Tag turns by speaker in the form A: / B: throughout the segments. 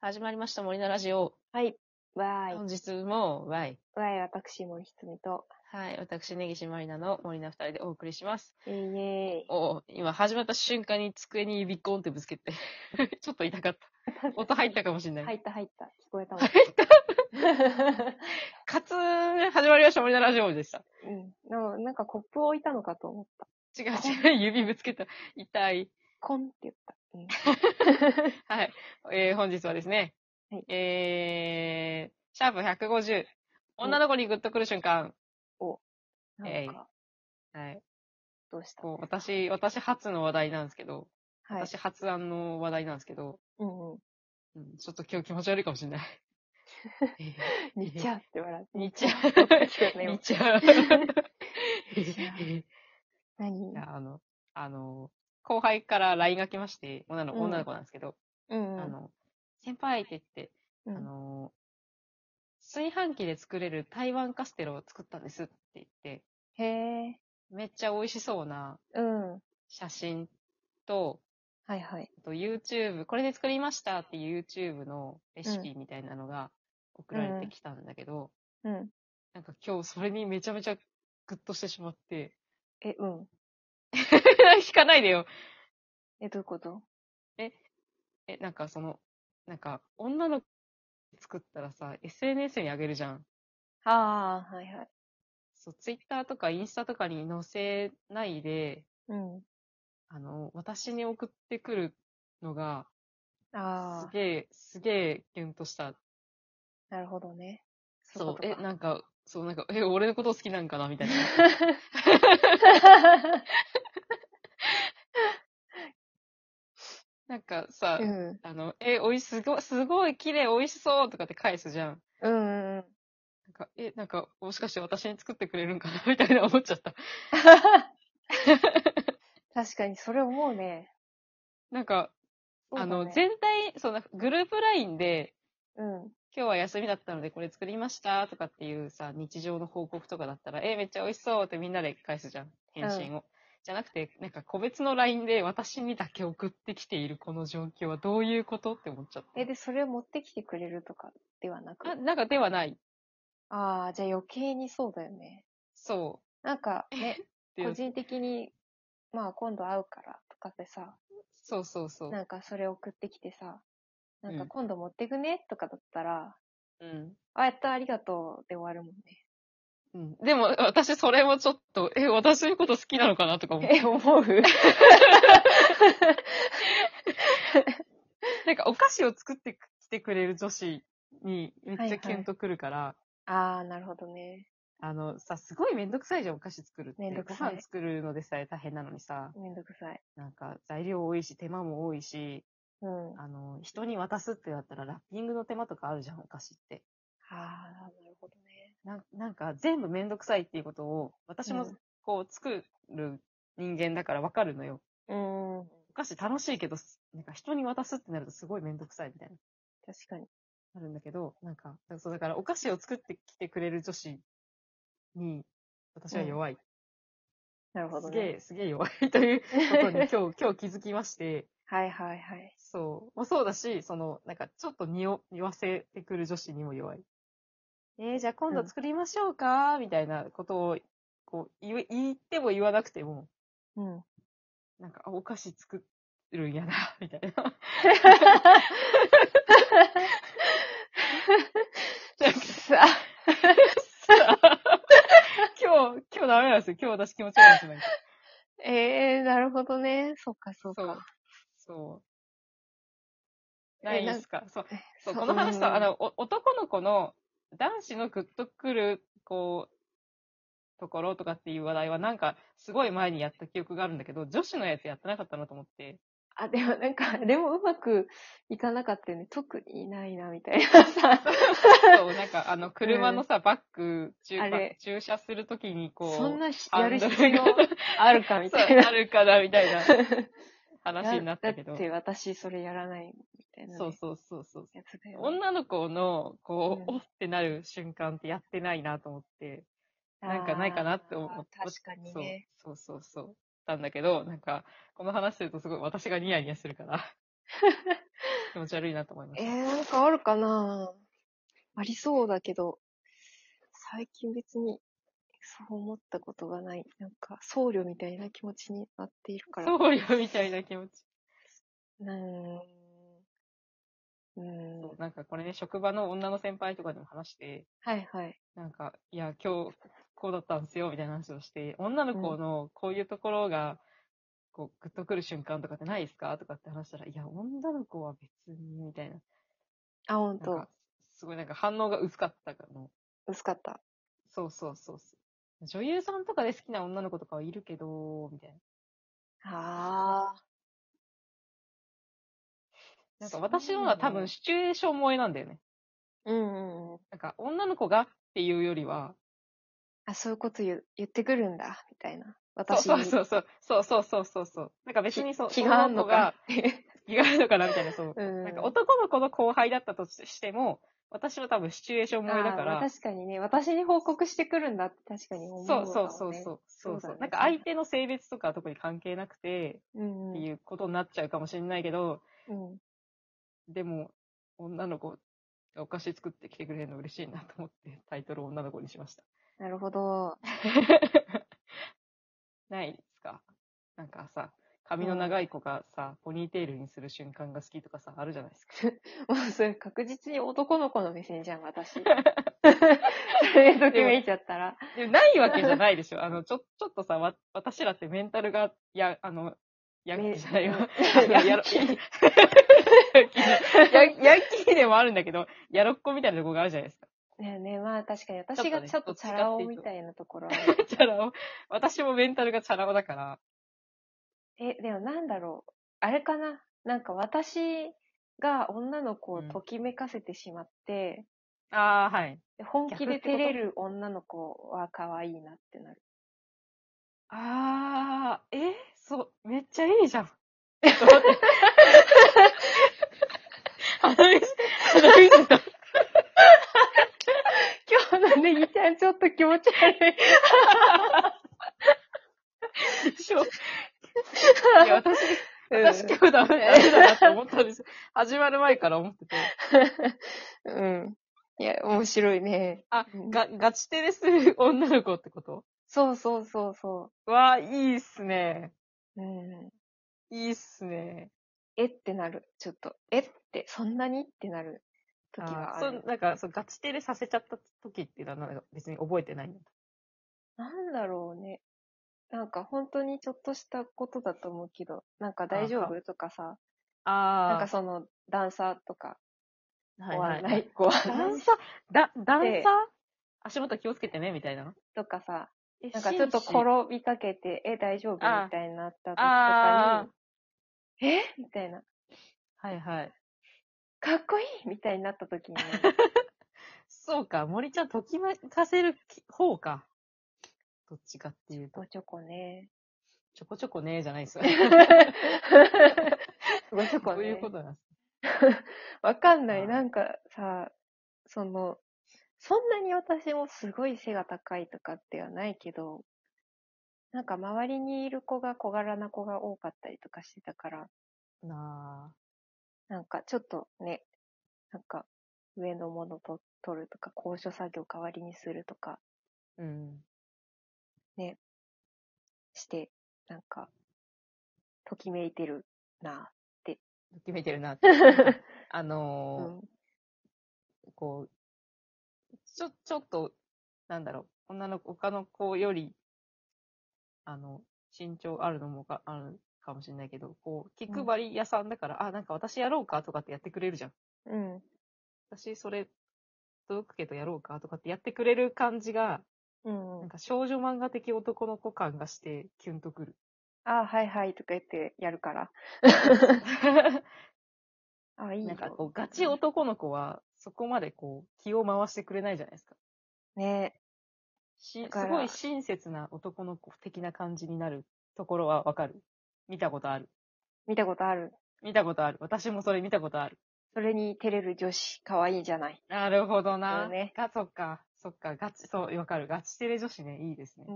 A: 始まりました、森のラジオ。
B: はい。わーい
A: 本。日も、わい。
B: わーい、私、森ひつみと。
A: はい、私、根岸まりなの森の二人でお送りします。
B: イェイ。
A: おう今、始まった瞬間に机に指コンってぶつけて、 ちょっと痛かった。音入ったかもしれ ない。
B: 入った入った。聞こえたもん。
A: かつ、始まりました、森のラジオでした。
B: うん。でも、なんかコップを置いたのかと思った。
A: 違う違う、指ぶつけた。痛 い。
B: コンって言った。うん。
A: はい。えー本日はですね、
B: はい
A: えー、シャープ150、女の子にグッとくる瞬間。
B: なんか、
A: はい。
B: どうした
A: こう、私、私初の話題なんですけど、
B: はい。
A: 私発案の話題なんですけど、
B: うんうん。
A: うんちょっと今日気持ち悪いかも しれない。
B: にちゃって笑 って。
A: にちゃ
B: 聞こえた
A: 似
B: よ。
A: ちゃう。 い
B: 何
A: や、あの、あの、後輩から LINE が来まして、女の
B: うん
A: 女の子なんですけど、
B: うんうん。
A: あの、先輩って言って、
B: うん
A: あの、炊飯器で作れる台湾カステラを作ったんですって言って、
B: へえ。
A: めっちゃ美味しそうな
B: うん。は
A: 写真と、
B: いはい。
A: あと YouTube、これで作りましたっていう YouTube のレシピみたいなのが送られてきたんだけど、
B: うん。
A: なんか今日それにめちゃめちゃグッとしてしまって。
B: え、うん。
A: 引かないでよ。
B: え、どういうこと
A: え、なんかその、なんか女の子作ったらさ、SNS にあげるじゃん。
B: ああ、はいはい。
A: そう、Twitter とかインスタとかに載せないで、
B: うん。
A: あの、私に送ってくるのが、す
B: ああ、
A: げえ、すげえキュンとした。
B: なるほどね。
A: そ
B: いうこ、と
A: え、
B: か
A: なんか、そう、なんか、え、俺のこと好きなんかなみたいな。なん か さ、
B: うん。
A: あの、え、おい、すごい、すごい綺麗、美味しそうとかって返すじゃん。
B: うんうんうん。
A: なんか、え、なんか、もしかして私に作ってくれるんかなみたいな思っちゃった。
B: 確かに、それ思うね。
A: なんか、
B: そう
A: あ
B: だね
A: の、全体、そう、なんかグループラインで、
B: うん。
A: 今日は休みだったのでこれ作りましたとかっていうさ、日常の報告とかだったら、え、めっちゃ美味しそうってみんなで返すじゃん。返信を。じゃなくて、なんか個別の LINE で私にだけ送ってきているこの状況はどういうことって思っちゃった。
B: え、で、それを持ってきてくれるとかではなく。
A: あ、なんかではない。
B: ああ、じゃあ余計にそうだよね。
A: そ
B: なんかね、
A: う。っ
B: 個
A: ていう
B: 人的に、まあ今度会うからとかでさ、
A: そうそうそう。
B: なんかそれ送ってきてさ、なん
A: う
B: か
A: ん
B: 今度持ってくねとかだったら、
A: うん。
B: あ、やった、ありがとうで終わるもんね。
A: うん。でも、私、それもちょっと、え、私のこと好きなのかなとか思って。
B: え、思う
A: なんか、お菓子を作ってきてくれる女子に、めっちゃキュンとくるから、
B: ああ、なるほどね。
A: あの、さ、すごいめんどくさいじゃん、お菓子作るって。
B: めんどくさい
A: ご飯作るのでさえ大変なのにさ、
B: めんどくさい。
A: なんか、材料多いし、手間も多いし、
B: うん。あ
A: あの、人に渡すってなったら、ラッピングの手間とかあるじゃん、お菓子って。
B: あ、なるほどね。
A: なんなんか、全部めんどくさいっていうことを、私も
B: うん、
A: こう、作る人間だからわかるのよ。
B: うん。
A: お菓子楽しいけど、すなんか人に渡すってなるとすごいめんどくさいみたいな、
B: 確かに。
A: なるんだけど、なんか、そうだからお菓子を作ってきてくれる女子に、私は弱い。
B: なるほど
A: す
B: ね。
A: げえ、すげえ弱いということに 今日、今日気づきまして、
B: はいはいはい。
A: そう、もうそうだし、その、なんかちょっと匂わせてくる女子にも弱い。えー、じゃあ今度作りましょうか、みたいなことを、こう言え、言っても言わなくても、
B: うん。
A: なんか、あお菓子作るんやな、 みたいな。
B: さあ、
A: 今日、今日ダメなんですよ。今日私気持ち悪いんですよ。なんか
B: ええなるほどね。そっかそっ
A: そう
B: か。。
A: そう。
B: え
A: ないですかそう
B: え
A: そう。この話
B: うん
A: さ、あの、お男の子の、男子のグッとくる、こう、ところとかっていう話題は、なんか、すごい前にやった記憶があるんだけど、女子のやつやってなかったなと思って。
B: あ、でもなんか、 でもうまくいかなかったよね。特にいないな、みたいなさ。
A: そう、なんか、あの、車のさ、バック、駐
B: あれ
A: 駐車するときに、こう、
B: そんなひ
A: ハ
B: や
A: ン
B: る
A: ドル
B: 必要
A: が
B: あるか、み
A: そ、
B: たいうな
A: あ。るかな、みたい な話になったけど
B: だっ。て私それやらない、みたいなね、
A: そうそうそうそう。
B: やつだよね、
A: 女の子の、こう、
B: う
A: お
B: ん
A: ってなる瞬間ってやってないなと思って、なんかないかなって思
B: あー
A: って。
B: 確かにね。
A: そうそうそうそう。たんだけど、なんか、この話するとすごい私がニヤニヤするから。気持ち悪いなと思いま
B: え
A: し
B: ー、なんかあるかなありそうだけど、最近別にそう思ったことがない。なんか僧侶みたいな気持ちになっているか
A: た。
B: ら。
A: 僧侶みたいな気持ち。
B: うーん。うん。
A: そうなんかこれね、職場の女の先輩とかにも話して、
B: はいはい。
A: なんか、いや、今日こうだったんですよ、みたいな話をして、女の子のこういうところが、こう、グッとくる瞬間とかってないですかとかって話したら、いや、女の子は別に、みたいな。
B: あ、ほん
A: なん
B: と
A: か。、すごいなんか反応が薄かったからの。
B: 薄かった。
A: そうそうそうそう。女優さんとかで好きな女の子とかはいるけど、みたいな。
B: ああ。
A: なんか私のは多分シチュエーション萌えなんだよね。
B: うんうん。
A: なんか女の子がっていうよりは、
B: あ、そういうこと言う言ってくるんだ、みたいな。
A: そう
B: 私
A: そ
B: に
A: うそうそう、そうそうそうそうそう。なんか別にそう、
B: 気気があんのか。
A: 女の子が、気があるのかなみたいな、そう。
B: うん。
A: なんか男の子の後輩だったとしても、私は多分シチュエーション萌えだか
B: あーまあ
A: ら、
B: 確かにね、私に報告してくるんだって確かに思う
A: そ
B: かも
A: う
B: ね。
A: そうそうそう。そうそ
B: そ
A: う
B: だ
A: う
B: ね
A: なんか相手の性別とかは特に関係なくて、
B: うん
A: っ
B: う
A: て
B: ん。
A: いうことになっちゃうかもしれないけど、
B: うん。
A: でも、女の子がお菓子作ってきてくれるの嬉しいなと思って、タイトルを女の子にしました。
B: なるほど。
A: ないですかなんかさ、髪の長い子がさ、ポニーテールにする瞬間が好きとかさ、あるじゃないですか。
B: もうそれ確実に男の子の目線じゃ ん、私。 それときめいちゃったら。
A: でもないわけじゃないでしょ。あの、ちょ、ちょっとさ、わ、私らってメンタルが、や、あの、ヤンキーじゃないよ。あのやろヤンヤンキーでもあるんだけど、やろっこみたいなとこがあるじゃないですか。
B: ねね、まあ確かに
A: とね
B: 私がちょっとチャラ男みたいなとこ ろある。
A: チャラ男私もメンタルがチャラ男だから、
B: え、でもなんだろう。あれかななんか私が女の子を
A: うん
B: ときめかせてしまって、
A: ああ、はい。
B: 本気
A: 逆
B: で
A: ってこと
B: 照れる女の子は可愛いなってなる。
A: ああ、えそう、めっちゃいいじゃん。ちょっと待って。鼻水、鼻水だ。
B: 今日のネギちゃんちょっと気持ち悪い。
A: い や、私、私
B: うん
A: 今日ダメダメだなって思ったんですよ。始まる前から思ってて。
B: うん。いや、面白いね。
A: あ
B: うん、
A: が、ガチテレする女の子ってこと
B: そうそうそうそ
A: わあ、いいっすね。
B: う。うん。
A: いいっすね。
B: えってなる。ちょっと。えって、そんなにってなる時
A: あ
B: が
A: ー
B: あ
A: そ
B: る
A: う、。なんか、そう、ガチテレさせちゃった時っていうのは、なんか別に覚えてないんだ。
B: なんだろうね。なんか本当にちょっとしたことだと思うけど、なんか大丈
A: あ
B: 夫とかさ、
A: あ
B: なんかその、ダンサーとか、
A: は
B: 終
A: い
B: わ
A: は
B: ら
A: い。
B: ない子
A: ダ
B: は
A: ンサー、だ、ダン
B: で
A: サー足元気をつけてね、みたいな。
B: とかさ、
A: え
B: なんかちょっと
A: 紳士
B: 転びかけて、え、大丈夫み
A: あー
B: たいになった時と
A: あ
B: かに、えみたい
A: あ、
B: な。
A: はいはい。
B: かっこいいみたいになった時にね、
A: そうか、森ちゃん、ときまかせる方か。どっちかっていうと、
B: ごちょ こね。
A: ちょこちょこねえじゃないです よ。
B: ごちょこ
A: そういう
B: ね
A: こ。となんです。
B: わかんない。
A: あー
B: なんかさ、その、そんなに私もすごい背が高いとかではないけど、なんか周りにいる子が小柄な子が多かったりとかしてたから、
A: な
B: なんかちょっとね、なんか上のものと取るとか、高所作業代わりにするとか
A: あ。うん。
B: して、なんか、ときめいてるな。
A: 決めてるな って。あ
B: う
A: の
B: ん。
A: ーこう、ちょ、ちょっと、なんだろう、女の子、他の子より、あの、身長あるのもか、あるかもしれないけど、こう、気配り屋さんだから、あ、なんか私やろうかとかってやってくれるじゃん。
B: うん。
A: 私それ、届くけどやろうかとかってやってくれる感じが、
B: うん
A: なん。か少女漫画的男の子感がして、キュンとくる。
B: ああ、はいはいとか言ってや るから。 ああ、いい
A: なんか
B: よ。
A: こう、ガチ男の子は、そこまでこう、気を回してくれないじゃないですか。
B: ね
A: し
B: だか
A: す
B: ら
A: ごい親切な男の子的な感じになるところはわかる。見たことある。
B: 見たことある。
A: 見たことある。私もそれ見たことある。
B: それに照れる女子、可愛いじゃない。
A: なるほど
B: そ
A: な。
B: うね
A: が、そっか。そっか。ガチ、そう、わかる。ガチテレ女子ね。いいですね
B: う。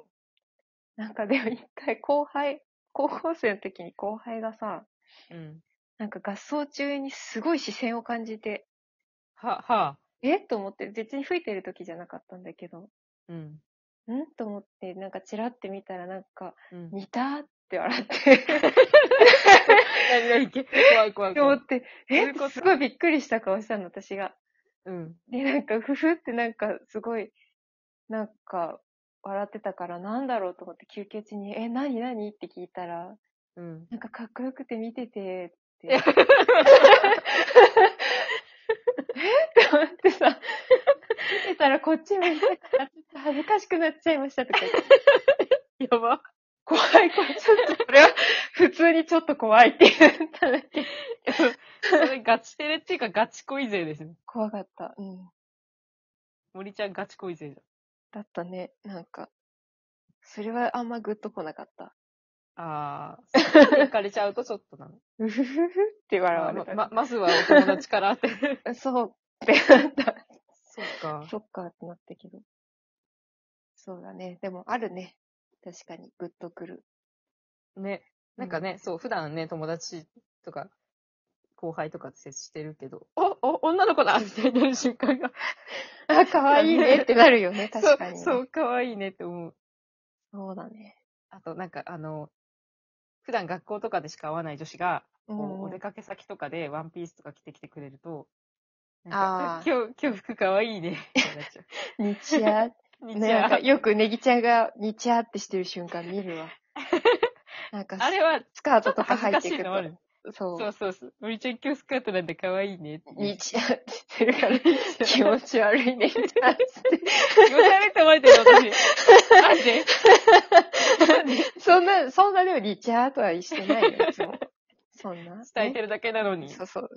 B: ん。 なんかでも一回後輩、高校生の時に後輩がさ、
A: うん。
B: なんか合奏中にすごい視線を感じて、
A: は、はあ。
B: えと思って、別に吹いてる時じゃなかったんだけど、
A: うん。
B: んと思って、なんかチラって見たら、なんか、
A: うん。
B: 似たーって 笑って、
A: 何何 け怖い怖い
B: と思
A: 怖い。
B: って、
A: どうい
B: え
A: うこと
B: すごいびっくりした顔したの、私が。
A: うん。
B: で、なんか、ふふってなんか、すごい、なんか、笑ってたから、なんだろうと思って休憩中に、え、なになにって聞いたら、
A: うん。
B: なんかかっこよくて見てて、って。 えって思ってさ、見てたらこっち見てたら、ちょっと恥ずかしくなっちゃいましたとか言って
A: やば。
B: 怖い、怖い、ちょっと、これは、普通にちょっと怖いって言 っただけ。
A: それガチテレっていうかガチ恋勢ですね。
B: 怖かった。うん。
A: 森ちゃんガチ恋勢だ。
B: だったね、なんか。それはあんまグッと来なかった。
A: あ あ、そこに行かれちゃうとちょっとな の。
B: うふふふ って笑われた。
A: まままずはお友達からって。
B: そうってなった。
A: そっか。
B: そっかってなったけど。そうだね。でもあるね。確かに、グッと くる。
A: ね。なんかね、そう、普段ね、友達とか、後輩とかと接してるけど、お、お、女の子だみたいになる瞬間が、
B: あ、かわいいねってなるよね、確かにね、
A: そう、そう、可愛いねって思う。
B: そうだね。
A: あと、なんか、あの、普段学校とかでしか会わない女子が、
B: う
A: こうんお
B: う
A: 出
B: ん。
A: かけ先とかでワンピースとか着てきてくれると、
B: あ
A: なんか
B: ー
A: 今日、今日服可愛いね、ってなっちゃ
B: 日夜、
A: う。
B: ね、なんかよくネギちゃんが日夜ってしてる瞬間見る わ。なんか、
A: あれは、
B: スカー
A: ちょ
B: ト
A: っと
B: とか
A: 恥
B: 入
A: ず
B: っ
A: か
B: て
A: しい
B: くる
A: のもある。
B: と。そう。
A: そうそうそう。森ちゃん今日スカートなんで可愛いねって。
B: 日夜って言っ てるから、気持ち悪いね、みたいな。
A: 気持ち悪いって思われてる 私。マジで
B: そんな、そんなでもリチャーとはしてないよ、いつも。そんな。
A: 伝えてるだけなのに。
B: そうそう。